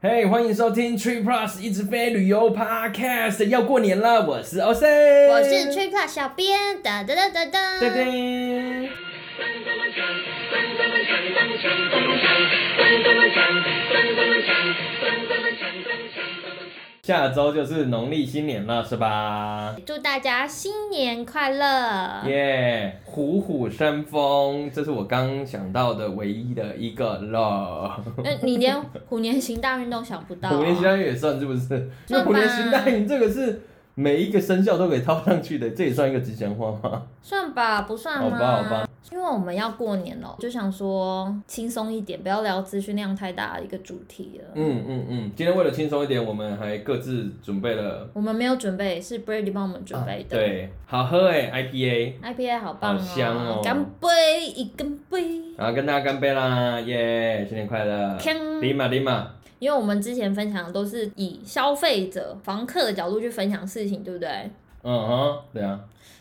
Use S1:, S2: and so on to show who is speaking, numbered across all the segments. S1: 嘿欢迎收听 Tree Plus 一直飞旅游 Podcast，要过年了，我是 OC，
S2: 我
S1: 我
S2: 是 Trip Plus 小编，哒哒哒哒哒。
S1: 对对，下周就是农历新年了，是吧？
S2: 祝大家新年快乐！
S1: 耶、虎虎生风，这是我刚想到的唯一的一个了。
S2: 那呃你连虎年行大运都想不到、啊
S1: 虎年行大运也算是 不是？那虎年行大运这个是每一个生肖都可以套上去的，这也算一个吉祥话吗？
S2: 算吧，不算
S1: 好
S2: 吗？
S1: 吧，好吧。
S2: 因为我们要过年了，就想说轻松一点，不要聊资讯量太大的一个主题了。
S1: 嗯嗯嗯，今天为了轻松一点，我们还各自准备了。
S2: 我们没有准备，是 Brady 帮我们准备的。
S1: 啊对，好喝哎、IPA，
S2: IPA 好棒哦！
S1: 好香哦
S2: 干杯，一干杯！
S1: 然后跟大家干杯啦，耶、新年快乐！
S2: 锵
S1: 立马立马，
S2: 因为我们之前分享都是以消费者、房客的角度去分享事情，对不对？
S1: 嗯哼，对啊，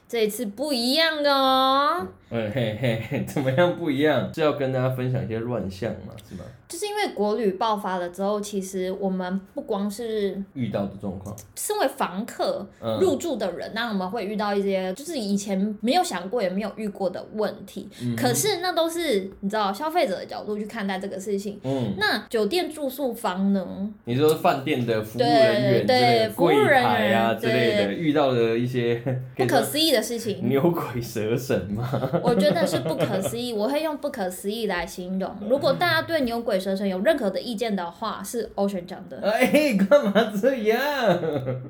S2: 这一次不一样的哦，
S1: 嗯嘿嘿嘿，怎么样不一样？是要跟大家分享一些乱象嘛，是吗？
S2: 就是因为国旅爆发了之后，其实我们不光是
S1: 遇到的状况，
S2: 身为房客
S1: 嗯
S2: 入住的人，那我们会遇到一些就是以前没有想过也没有遇过的问题。可是那都是你知道消费者的角度去看待这个事情。
S1: 嗯，
S2: 那酒店住宿房呢？
S1: 你说饭店的服务人员之类
S2: 对
S1: 的，
S2: 对服务
S1: 柜
S2: 人员
S1: 台啊之类的，遇到的一些
S2: 不可
S1: 可以
S2: 思议的事
S1: 说
S2: 情，
S1: 牛鬼蛇神嘛，
S2: 我觉得是不可思议，我会用不可思议来形容。如果大家对牛鬼蛇神有任何的意见的话，是欧璇讲的。
S1: 哎，干嘛这样？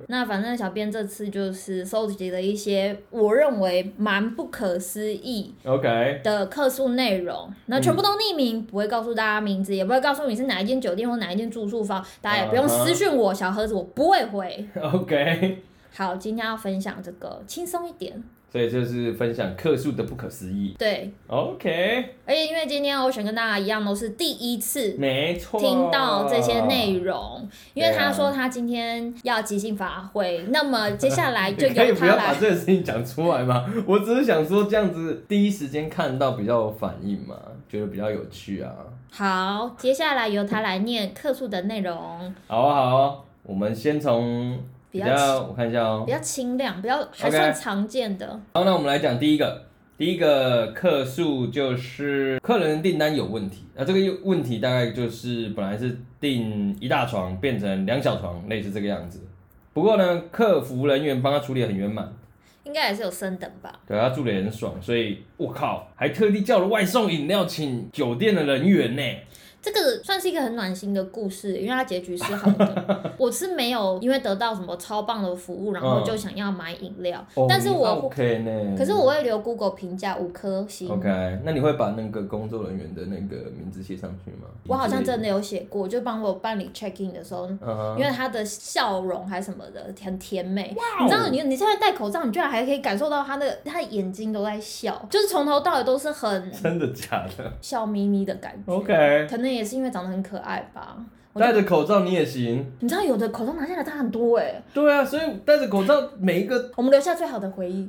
S2: 那反正小编这次就是搜集了一些我认为蛮不可思议
S1: OK，
S2: 的客诉内容，那全
S1: 嗯
S2: 部都匿名，不会告诉大家名字，也不会告诉你是哪一间酒店或哪一间住宿方，大家也不用
S1: 啊哈
S2: 私讯我小盒子，我不会回。
S1: OK，
S2: 好，今天要分享这个轻松一点，
S1: 所以就是分享客数的不可思议。
S2: 对，
S1: OK，
S2: 而且因为今天欧璇跟大家一样都是第一次
S1: 没错。
S2: 听到这些内容，因为
S1: 对啊
S2: 他说他今天要即兴发挥，那么接下来就
S1: 你可以
S2: 由
S1: 不
S2: 他
S1: 要把
S2: 来。
S1: 这个事情讲出来吗？ 我只是想说这样子第一时间看到比较有反应嘛，觉得比较有趣啊。
S2: 好，接下来由他来念客诉的内容，
S1: 好啊好啊，我们先从比
S2: 比较
S1: 较我看一下哦、
S2: 比较清亮，比较还
S1: OK
S2: 算常见的。
S1: 好，那我们来讲第一个，第一个客诉就是客人订单有问题。那这个问题大概就是本来是订一大床变成两小床，类似这个样子。不过呢，客服人员帮他处理得很圆满，
S2: 应该也是有升等吧？
S1: 对他住的也很爽，所以我靠，还特地叫了外送饮料请酒店的人员呢。
S2: 这个算是一个很暖心的故事，因为它结局是好 的。我是没有因为得到什么超棒的服务，然后
S1: 嗯
S2: 就想要买饮料，但是我、
S1: 哦你 OK 呢，
S2: 可是我会留 Google 评价五颗星。
S1: OK，那你会把那个工作人员的那个名字写上去吗？
S2: 我好像真的有写过，就帮我办理 check in 的时候，
S1: 嗯哼，
S2: 因为她的笑容还是什么的很甜美。
S1: 哇哦
S2: 你知道你你现在戴口罩，你居然还可以感受到她的她的眼睛都在笑，就是从头到尾都是 很
S1: 真的假的
S2: 笑眯眯的感觉。
S1: ？OK，
S2: 可能也是因为长得很可爱吧。我就
S1: 戴着口罩你也行。
S2: 你知道有的口罩拿下来差很多哎、
S1: 对啊，所以戴着口罩每一个
S2: 我们留下最好的 回忆。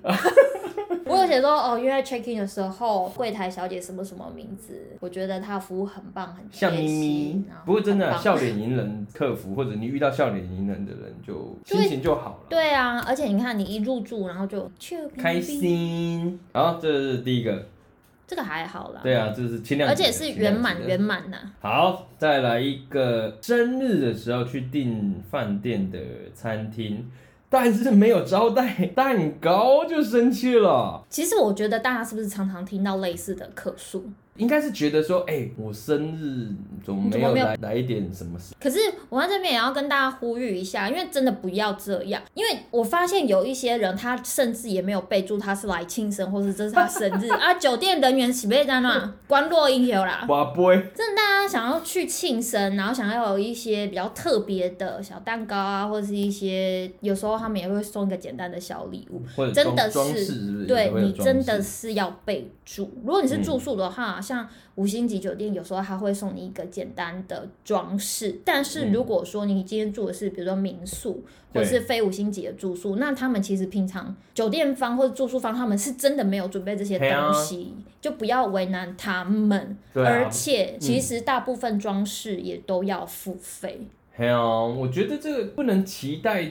S2: 我有写说哦，因为 check in 的时候，柜台小姐什么什么名字，我觉得她服务很棒，很贴
S1: 笑眯眯
S2: 心然后，
S1: 不过真的啊、
S2: 很棒
S1: 笑脸迎人客服，或者你遇到笑脸迎人的人就
S2: 就会
S1: 心情就好了。
S2: 对啊，而且你看，你一入住，然后就去
S1: 开，心，好，这是第一个，
S2: 这个还好啦，
S1: 对啊，这是轻量
S2: 而
S1: 级的，
S2: 且是
S1: 轻
S2: 圆
S1: 量级
S2: 满
S1: 的
S2: 圆满啊呐。
S1: 好，再来一个生日的时候去订饭店的餐厅，但是没有招待蛋糕就生气了，
S2: 其实我觉得大家是不是常常听到类似的客诉？
S1: 应该是觉得说，哎、我生日怎么没
S2: 怎么
S1: 有
S2: 没有
S1: 来来一点什么事？
S2: 可是我在这边也要跟大家呼吁一下，因为真的不要这样。因为我发现有一些人，他甚至也没有备注他是来庆生，或是这是他生 日啊。酒店人员喜被在那啊关落音有啦。
S1: 哇杯，
S2: 真的，大家想要去庆生，然后想要有一些比较特别的小蛋糕啊，或者是一些有时候他们也会送一个简单的小礼物。
S1: 或者
S2: 真的
S1: 装装饰
S2: 是
S1: 是不是？
S2: 对
S1: 也会有
S2: 你
S1: 装饰嗯
S2: 真的是要备注。如果你是住宿的话，像五星级酒店，有时候它会送你一个简单的装饰。但是如果说你今天住的是比如说民宿
S1: 嗯
S2: 或
S1: 对
S2: 是非五星级的住宿，那他们其实平常酒店方或者住宿方他们是真的没有准备这些
S1: 嘿啊
S2: 东西，就不要为难他们。
S1: 对啊
S2: 而且其实大部分装饰也都要付费。
S1: 嘿啊，我觉得这个不能期待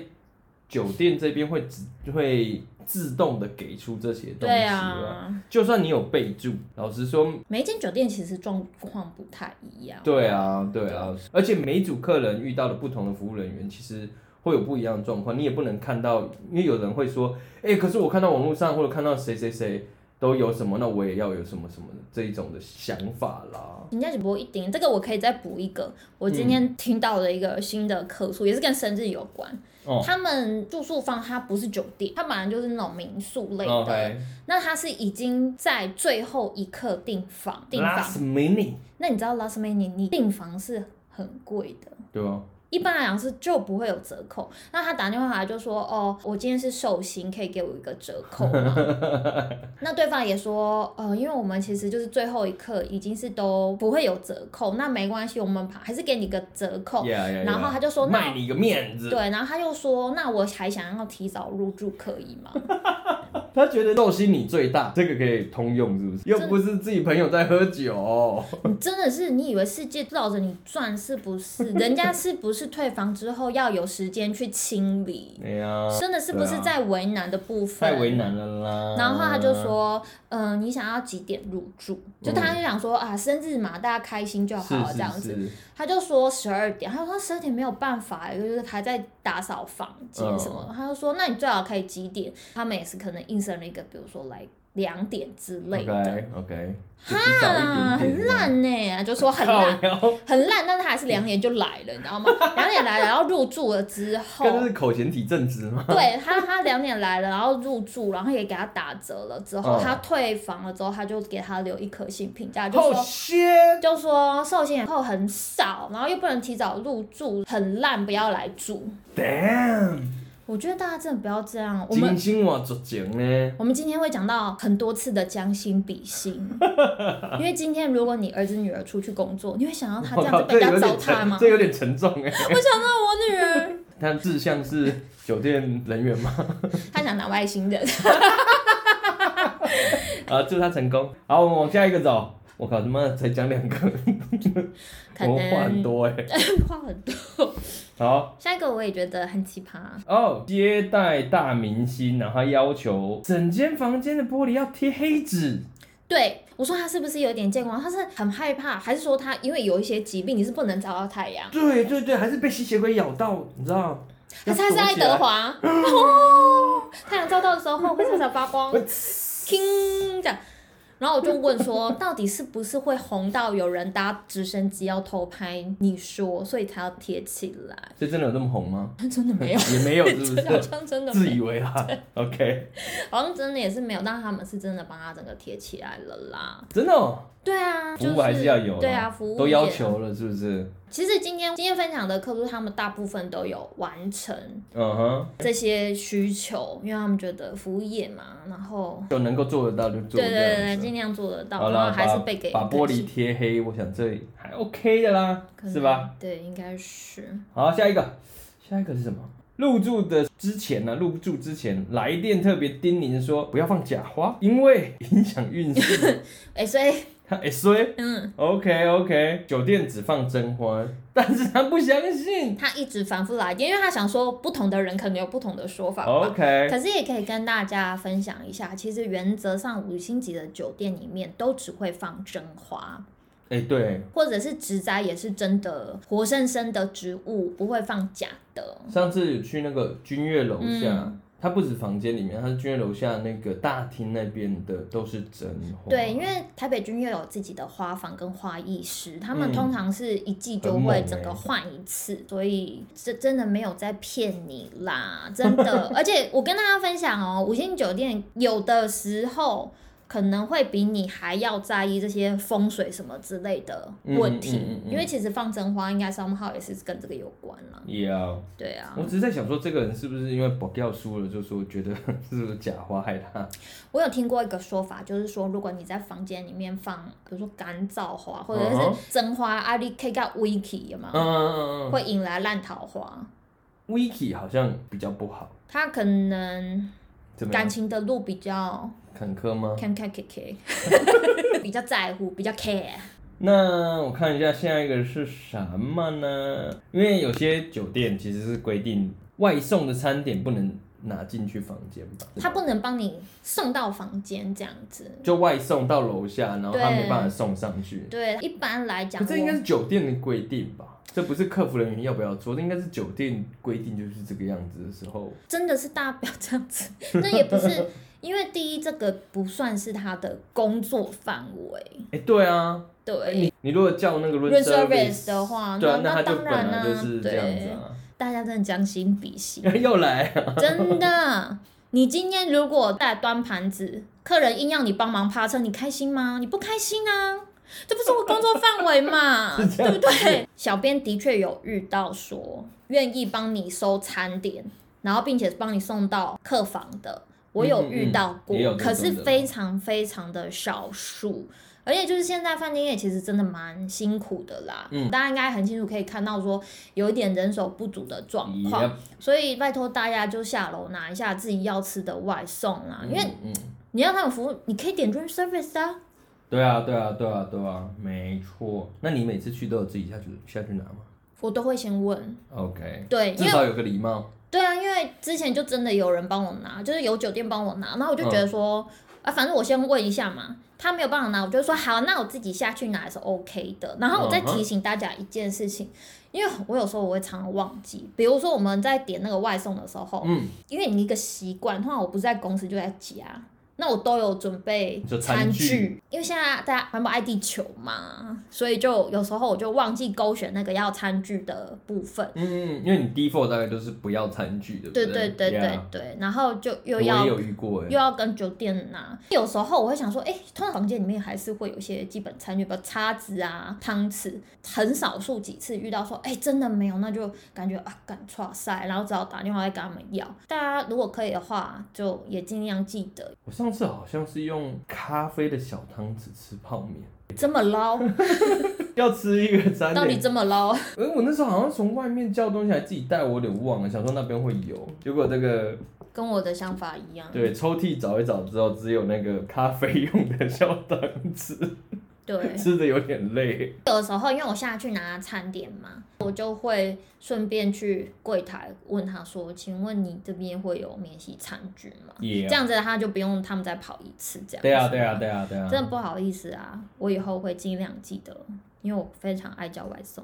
S1: 酒店这边会自会自动的给出这些东西
S2: 对
S1: 啊。
S2: 啊，
S1: 就算你有备注，老实说，
S2: 每一间酒店其实状况不太一样。
S1: 对啊，对啊，而且每一组客人遇到的不同的服务人员，其实会有不一样的状况，你也不能看到，因为有人会说，哎、可是我看到网络上或者看到谁谁谁都有什么，那我也要有什么什么的这一种的想法啦。
S2: 人家只不过一点，这个我可以再补一个。我今天听到了一个新的客诉，也是跟生日有关。
S1: 哦，
S2: 他们住宿方它不是酒店，它本来就是那种民宿类的。
S1: OK，
S2: 那它是已经在最后一刻订房，订房。
S1: last minute，
S2: 那你知道 last minute 你订房是很贵的。
S1: 对啊，
S2: 一般来讲是就不会有折扣。那他打电话来就说：“哦，我今天是寿星，可以给我一个折 扣吗？”那对方也说：“呃，因为我们其实就是最后一刻已经是都不会有折扣，那没关系，我们还是给你个折扣。
S1: Yeah, yeah, yeah.
S2: 然后他就说那
S1: 卖你个面子，
S2: 对，然后他又说：“那我还想要提早入住，可以吗
S1: 他觉得斗心你最大，这个可以通用是不是？又不是自己朋友在喝酒，？”
S2: 你真的是你以为世界绕着你转是不是？人家是不是退房之后要有时间去清理？
S1: 哎呀，
S2: 真的是不
S1: 对
S2: 是
S1: 啊
S2: 在为难的部分？
S1: 太为难了啦。
S2: 然后他就说，嗯、你想要几点入住？就他就想说、啊，生日嘛，大家开心就好了，
S1: 嗯是
S2: 这样子。
S1: 是是
S2: 他就说十二点，他说十二点没有办法，就是还在打扫房间什么的。
S1: 嗯
S2: 他就说，那你最好可以几点？他们也是可能硬生了一个，比如说来两点之类的。
S1: OK OK，
S2: 啊，很烂呢、就说很烂，
S1: 靠
S2: 很烂，但是他还是两点就来了，你知道吗？两点来了，然后入住了之后，
S1: 这是口嫌体正直 吗？
S2: 对他，他两点来了，然后入住，然后也给他打折了。之后、
S1: 嗯
S2: 他退房了之后，他就给他留一颗星评价，就
S1: 好
S2: 说
S1: 鲜，
S2: 就说寿星扣很少，然后又不能提早入住，很烂，不要来住。
S1: damn，
S2: 我觉得大家真的不要这样。我们
S1: 真心话绝情呢。
S2: 我们今天会讲到很多次的将心比 心，因为今天如果你儿子女儿出去工作，你会想到他 这样子被人家糟蹋吗
S1: 这？哦有点沉重哎。
S2: 我想到我女儿，
S1: 他志向是酒店人员吗？
S2: 她想当外星人。
S1: 啊，祝他成功。好，我们往下一个走。我靠，他妈才讲两个，
S2: 可
S1: 我
S2: 能
S1: 们话很多哎。
S2: 话很多。
S1: 好，
S2: 下一个我也觉得很奇葩，
S1: 哦，接待大明星，然后他要求整间房间的玻璃要贴黑纸。
S2: 对，我说他是不是有点健忘？他是很害怕，还是说他因为有一些疾病，你是不能照到太阳？
S1: 对对对，还是被吸血鬼咬到，你知道？
S2: 还是他是爱 德华？哦，太阳照到的时候会闪闪发光，叮这样。然后我就问说，到底是不是会红到有人搭直升机要偷拍你说，所以才要贴起来？
S1: 这真的有这么红吗？
S2: 真的没有，
S1: 也没有，是不
S2: 真的好
S1: 是？
S2: 像真 的
S1: 自
S2: 没
S1: 以
S2: 有，
S1: 为啦。OK，
S2: 好像真的也是没有，但他们是真的帮他整个贴起来了啦。
S1: 真的、哦，
S2: 对啊，
S1: 服
S2: 就
S1: 务还是要有啦
S2: 对啊，服务
S1: 都要
S2: 业
S1: 求了，是不是？
S2: 其实今天今天分享的客户，他们大部分都有完成
S1: 嗯哼，
S2: 这些需求，因为他们觉得服务业嘛，然后
S1: 就能够做得到就做
S2: 对对
S1: 这样
S2: 对
S1: 子。
S2: 对，尽量做得到，
S1: 好
S2: 然后
S1: 啦，
S2: 还是
S1: 把
S2: 被给
S1: 把玻璃贴黑，我想这还 OK 的啦，
S2: 可能
S1: 是吧？？
S2: 对，应该是
S1: 好，下一个，下一个是什么？入住的之前呢、入住之前，来电特别叮咛说不要放假花，因为影响运 势。
S2: 哎、所以
S1: 他哎，所以
S2: 嗯，
S1: OK OK，酒店只放真花，但是他不相信。
S2: 他一直反复来电，因为他想说不同的人可能有不同的说法吧。
S1: 哦 OK，
S2: 可是也可以跟大家分享一下，其实原则上五星级的酒店里面都只会放真花，
S1: 哎、对，
S2: 或者是植栽也是真的活生生的植物，不会放假的。
S1: 上次有去那个君悦楼下，
S2: 嗯
S1: 它不止房间里面，它是君悦楼下那个大厅那边的都是真花。
S2: 对，因为台北君悦有自己的花房跟花艺师，他
S1: 嗯
S2: 们通常是一季就
S1: 很猛欸
S2: 会整个换一次，所以这真的没有在骗你啦， 真的。而且我跟大家分享哦，五星酒店有的时候可能会比你还要在意这些风水什么之类的问题，
S1: 嗯嗯嗯嗯嗯
S2: 因为其实放真花应该商号也是跟这个有关啦。
S1: Yeah，
S2: 对啊，
S1: 我只是在想说，这个人是不是因为保掉输了，就说觉得 是不是假花害他？
S2: 我有听过一个说法，就是说，如果你在房间里面放，比如说干燥花或者
S1: 嗯哼
S2: 是真花，啊，你可以叫 wiki 有没
S1: 嗯
S2: 有？
S1: 嗯嗯嗯。
S2: 会引来烂桃花。
S1: Wiki 好像比较不好，
S2: 他可能
S1: 怎么样
S2: 感？情的路比较
S1: 坎坷吗？
S2: 看看 K K，比较在乎，比较 care。
S1: 那我看一下下一个是什么呢？因为有些酒店其实是规定外送的餐点不能拿进去房间吧？对吧
S2: 他不能帮你送到房间这样子。
S1: 就外送到楼下，然后他
S2: 对
S1: 没办法送上去。
S2: 对，一般来讲
S1: 可，这应该
S2: 我
S1: 是酒店的规定吧？这不是客服人员要不要做，这应该是酒店规定就是这个样子的时候。
S2: 真的是大家不要这样子，那也不是。因为第一，这个不算是他的工作范围，
S1: 哎、对啊，
S2: 对。
S1: 你如果叫那个 room
S2: room service 的话
S1: 对啊，
S2: 那
S1: 那他就本
S2: 当然
S1: 来
S2: 啊
S1: 就是这样子啊。
S2: 大家真的将心比心，
S1: 又来啊，
S2: 真的。你今天如果在端盘子，客人硬要你帮忙趴车，你开心吗？你不开心啊，这不是我工作范围嘛，
S1: 是这
S2: 对
S1: 样
S2: 不对？小编的确有遇到说愿意帮你收餐点，然后并且帮你送到客房的，我有遇到
S1: 嗯
S2: 过，
S1: 嗯嗯也有这
S2: 可
S1: 种
S2: 是
S1: 的
S2: 非常非常的少数。而且就是现在饭店业其实真的蛮辛苦的啦，
S1: 嗯
S2: 大家应该很清楚可以看到说有一点人手不足的状况
S1: Yep
S2: 所以拜托大家就下楼拿一下自己要吃的外送啦，啊因为
S1: 嗯，嗯
S2: 你让他们服务，你可以点 room service 啊，
S1: 对啊，对啊，对啊，对啊，没错。那你每次去都有自己下去下去拿吗
S2: 我都会先问，
S1: ？OK，
S2: 对，因
S1: 至
S2: 为
S1: 少有个礼貌。
S2: 对啊，因为之前就真的有人帮我拿，就是有酒店帮我
S1: 嗯
S2: 拿，然后我就觉得说，啊，反正我先问一下嘛，他没有帮我拿，我就说好，那我自己下去拿是 OK 的。然后我再
S1: 嗯哼
S2: 提醒大家一件事情，因为我有时候我会常常忘记，比如说我们在点那个外送的时候，
S1: 嗯，
S2: 因为你一个习惯，通常我不是在公司就在家。那我都有准备
S1: 就餐
S2: 餐
S1: 具
S2: 因为现在大家环保爱地球嘛，所以就有时候我就忘记勾选那个要餐具的部分。
S1: 嗯，因为你 default 大概就是不要餐具，对不
S2: 对
S1: 对
S2: 对对对
S1: Yeah
S2: 对，然后就又
S1: 我也
S2: 要
S1: 有遇过哎、
S2: 又要跟酒店拿，有时候我会想说，哎、通常房间里面还是会有一些基本餐具，比如叉子啊、汤匙，很少数几次遇到说，哎、真的没有，那就感觉啊，赶错塞，然后只好打电话再跟他们要。大家如果可以的话，就也尽量记 得
S1: 我上次好像是用咖啡的小汤匙吃泡面，
S2: 这么捞，
S1: 要吃一个餐
S2: 到底
S1: 点。
S2: 这么捞，
S1: 哎，我那时候好像从外面叫东西，还自己带，我有点忘了，想说那边会有。结果这个
S2: 跟我的想法一样。
S1: 对抽屉找一找之后，只有那个咖啡用的小汤匙，
S2: 对，
S1: 吃的有点累。
S2: 有的时候，因为我下去拿餐点嘛，我就会顺便去柜台问他说：“请问你这边会有免洗餐具吗？”
S1: 也
S2: 这样子他就不用他们再跑一次这样。
S1: 对啊，对啊，，对啊，对啊。
S2: 真的不好意思啊，我以后会尽量记得，因为我非常爱叫外送。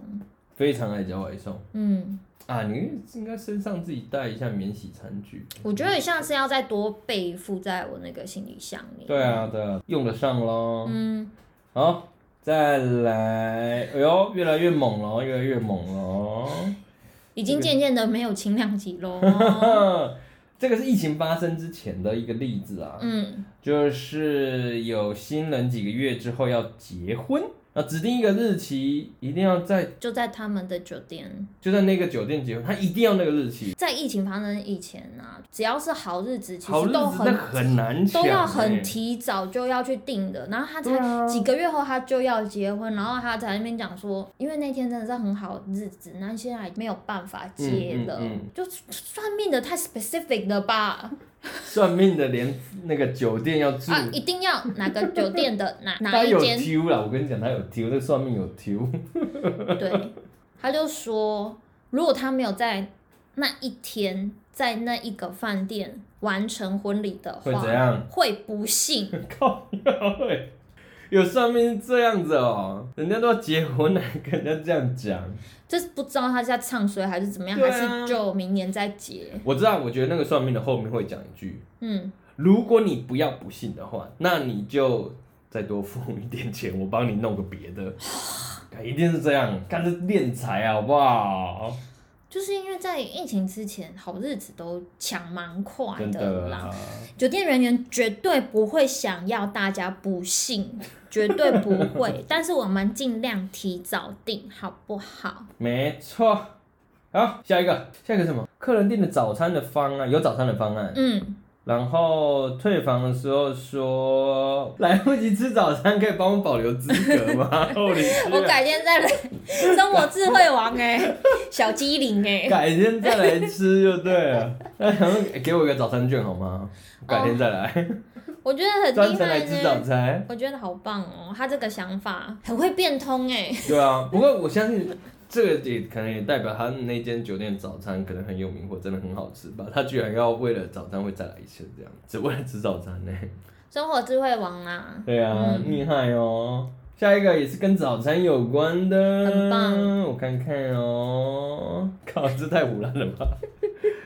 S1: 非常爱叫外送
S2: 嗯，
S1: 啊！你应该身上自己带一下免洗餐具。
S2: 我觉得下次要再多备附在我那个行李箱里。
S1: 对，啊，对啊，用得上咯。
S2: 嗯，
S1: 好，再来，哎呦，越来越猛了，越来越猛了。
S2: 已经渐渐的没有轻量级 喽。
S1: 啊这个是疫情发生之前的一个例子啊，
S2: 嗯，
S1: 就是有新人几个月之后要结婚，那指定一个日期，一定要在
S2: 就在他们的酒店。
S1: 就在那个酒店结婚，他一定要那个日期。
S2: 在疫情发生以前啊，只要是好日子，其
S1: 好
S2: 实
S1: 日
S2: 都
S1: 子那
S2: 很
S1: 很难抢、
S2: 都
S1: 欸，
S2: 要很提早就要去定的，然后他
S1: 对
S2: 才
S1: 啊
S2: 几个月后他就要结婚，然后他在那边讲说，因为那天真的是很好的日子，那现在没有办法结了，
S1: 嗯嗯嗯
S2: 就算命的太 specific 了吧？
S1: 算命的连那个酒店要住，
S2: 啊，一定要哪个酒店的哪 哪
S1: 他
S2: 一
S1: 有
S2: 间？
S1: Q 啦，我跟你讲，他有 Q，这算命有 Q。
S2: 对，他就说，如果他没有在那一天在那一个饭店完成婚礼的话，
S1: 会怎样？
S2: 会不幸。
S1: 靠腰欸 有算命是这样子哦、人家都要结婚了，还跟人家这样讲。
S2: 这是不知道他是在唱衰还是怎么样，
S1: 对啊
S2: 还是就明年再结。
S1: 我知道，我觉得那个算命的后面会讲一句：
S2: 嗯，
S1: 如果你不要不信的话，那你就再多付一点钱，我帮你弄个别 的。干一定是这样，干是敛财啊，好不好？
S2: 就是因为在疫情之前，好日子都抢蛮快
S1: 真
S2: 的
S1: 的
S2: 啦。
S1: 啊，
S2: 酒店人员绝对不会想要大家不信，绝对不 会。但是我们尽量提早订，好不好？
S1: 没错。好，下一个，下一个是什么？客人订的早餐的方案有早餐的方案，
S2: 嗯，
S1: 然后退房的时候说来不及吃早餐，可以帮我保留资格 吗？我
S2: 我改天再来，生活智慧王哎、 小机灵哎，
S1: 改天再来吃就对了。 那想说给我一个早餐券好吗？改天再来，
S2: 哦我觉得很
S1: 专
S2: 厉
S1: 程来
S2: 害
S1: 吃早
S2: 呢。
S1: 餐。
S2: 我觉得好棒哦，他这个想法很会变通哎、
S1: 对啊，不过我相信这个也可能也代表他那间酒店早餐可能很有名或真的很好吃吧。他居然要为了早餐会再来一次这样，只为了吃早餐呢、
S2: 生活智慧王啊，
S1: 对啊，厉、害哦。下一个也是跟早餐有关的，
S2: 很棒。
S1: 我看看哦， 靠，这太胡乱了吧？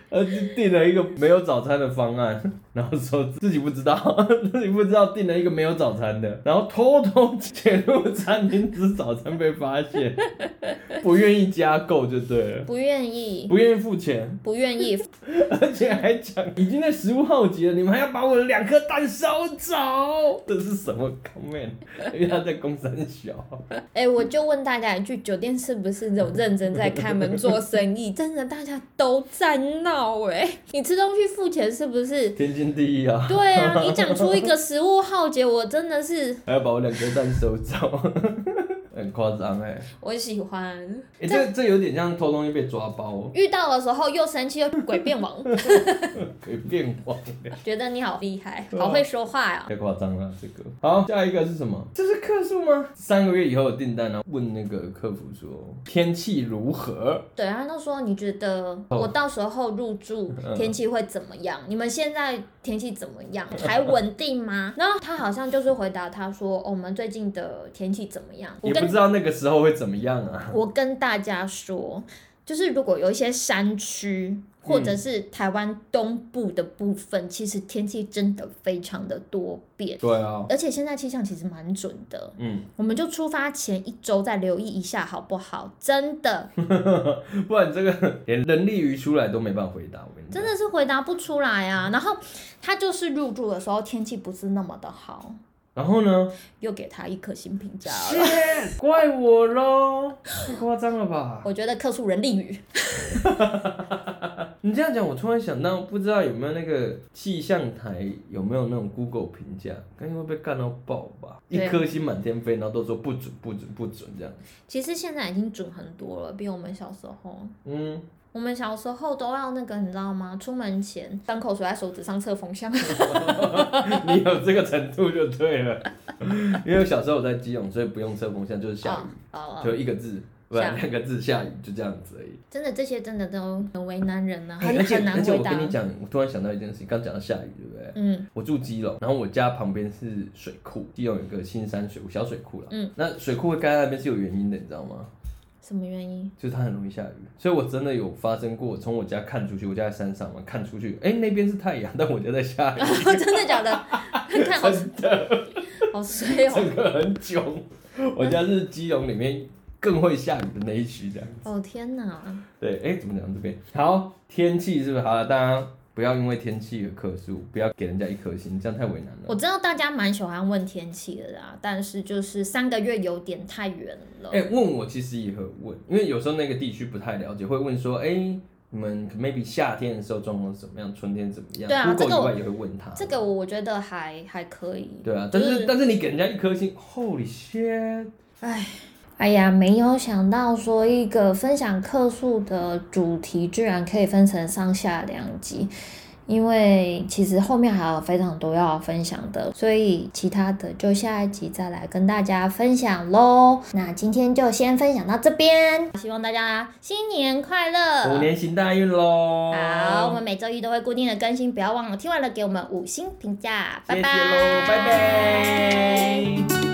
S1: 呃，订了一个没有早餐的方案， 然后说自己不知道， 自己不知道订了一个没有早餐的，然后偷偷潜入餐厅吃早餐被发现， 不愿意加购就对了，
S2: 不愿意，
S1: 不愿意付钱，
S2: 不愿意，
S1: 而且还讲已经对食物耗竭了，你们还要把我的两颗蛋收走，这是什么 comment？因为他在公山小，
S2: 哎、我就问大家一句，酒店是不是有认真在开门做 生意？真的，大家都在闹哎、你吃东西付钱是不是？
S1: 天经地义啊，
S2: 对啊，你讲出一个食物浩劫，我真的是
S1: 还要把我两颗蛋收走， 很夸张哎，
S2: 我喜欢。
S1: 哎、这这有点像偷东西被抓包、哦，
S2: 遇到的时候又生气又鬼 变王，
S1: 给变黄了。
S2: 觉得你好厉害，
S1: 对啊
S2: 好会说话呀、
S1: 太夸张了，这个。好，下一个是什么？这是客数吗？三个月以后的订单呢、问那个客服说天气如何？
S2: 对，他就说你觉得
S1: 哦
S2: 我到时候入住
S1: 嗯
S2: 天气会怎么样？你们现在天气怎么样？还稳定吗？然后他好像就是回答他说，哦我们最近的天气怎么样？我
S1: 也不
S2: 跟
S1: 知道那个时候会怎么样啊。
S2: 我跟大家说，就是如果有一些山区或者是台湾东部的部分，其实天气真的非常的多变，
S1: 对啊，
S2: 而且现在气象其实蛮准的。
S1: 嗯，
S2: 我们就出发前一周再留意一下好不好？真的，
S1: 不然这个连人力鱼出来都没办法回答，我跟你讲
S2: 真。的是回答不出来啊。然后他就是入住的时候天气不是那么的好，
S1: 然后呢？
S2: 又给他一颗星评价了。
S1: Shit，怪我喽！太夸张了吧？
S2: 我觉得客诉人力语，
S1: 你这样讲，我突然想到，不知道有没有那个气象台有没有那种 Google 评价，肯定会被干到爆吧？一
S2: 对
S1: 颗星满天飞，然后都说不准、不准、不准这样。
S2: 其实现在已经准很多了，比我们小时候。
S1: 嗯，
S2: 我们小时候都要那个，你知道吗？出门前当口水在手指上测风向。
S1: 你有这个程度就对了。 因为我小时候我在基隆，所以不用测风向，就是下
S2: 哦
S1: 雨，
S2: 哦，哦
S1: 就一个字，不然
S2: 下
S1: 两个字下雨，就这样子而已。
S2: 真的这些真的都很为难人呐、啊，
S1: 而
S2: 很
S1: 且
S2: 很难
S1: 哎而且
S2: 回
S1: 我
S2: 答。
S1: 跟你讲，我突然想到一件事情，刚讲到下雨，对不对？
S2: 嗯，
S1: 我住基隆，然后我家旁边是水库，基隆有一个新山水库小水库啦。
S2: 嗯，
S1: 那水库会盖在那边是有原因的，你知道吗？
S2: 什么原因？
S1: 就是它很容易下雨，所以我真的有发生过，从我家看出去，我家在山上嘛，看出去，哎、那边是太阳，但我家在下雨，
S2: 真的假的？看好
S1: 真的，
S2: 好衰哦！
S1: 整个很囧。我家是基隆里面更会下雨的那一区，这样。
S2: 哦天哪，
S1: 对，哎、怎么讲到这边？好，天气是不是好了？大家不要因为天气而客诉，不要给人家一颗星，这样太为难了
S2: 我。知道大家蛮喜欢问天气的啦，但是就是三个月有点太远了。
S1: 哎、问我其实也很问，因为有时候那个地区不太了解，会问说，哎、你们 maybe 夏天的时候状况是怎么样，春天怎么样？
S2: 对啊
S1: Google
S2: 这个
S1: 以
S2: 我
S1: 外也会问他。
S2: 这个我觉得还还可以。
S1: 对啊，
S2: 就
S1: 但是、但是你给人家一颗星，Holy shit！
S2: 哎呀，没有想到说一个分享客诉的主题，居然可以分成上下两集，因为其实后面还有非常多要分享的，所以其他的就下一集再来跟大家分享喽。那今天就先分享到这边，希望大家新年快乐！
S1: 虎年行大运喽！
S2: 呃好，我们每周一都会固定的更新，不要忘了听完了给我们五星评价，
S1: 谢谢
S2: 拜
S1: 喽，
S2: 拜，
S1: 拜拜。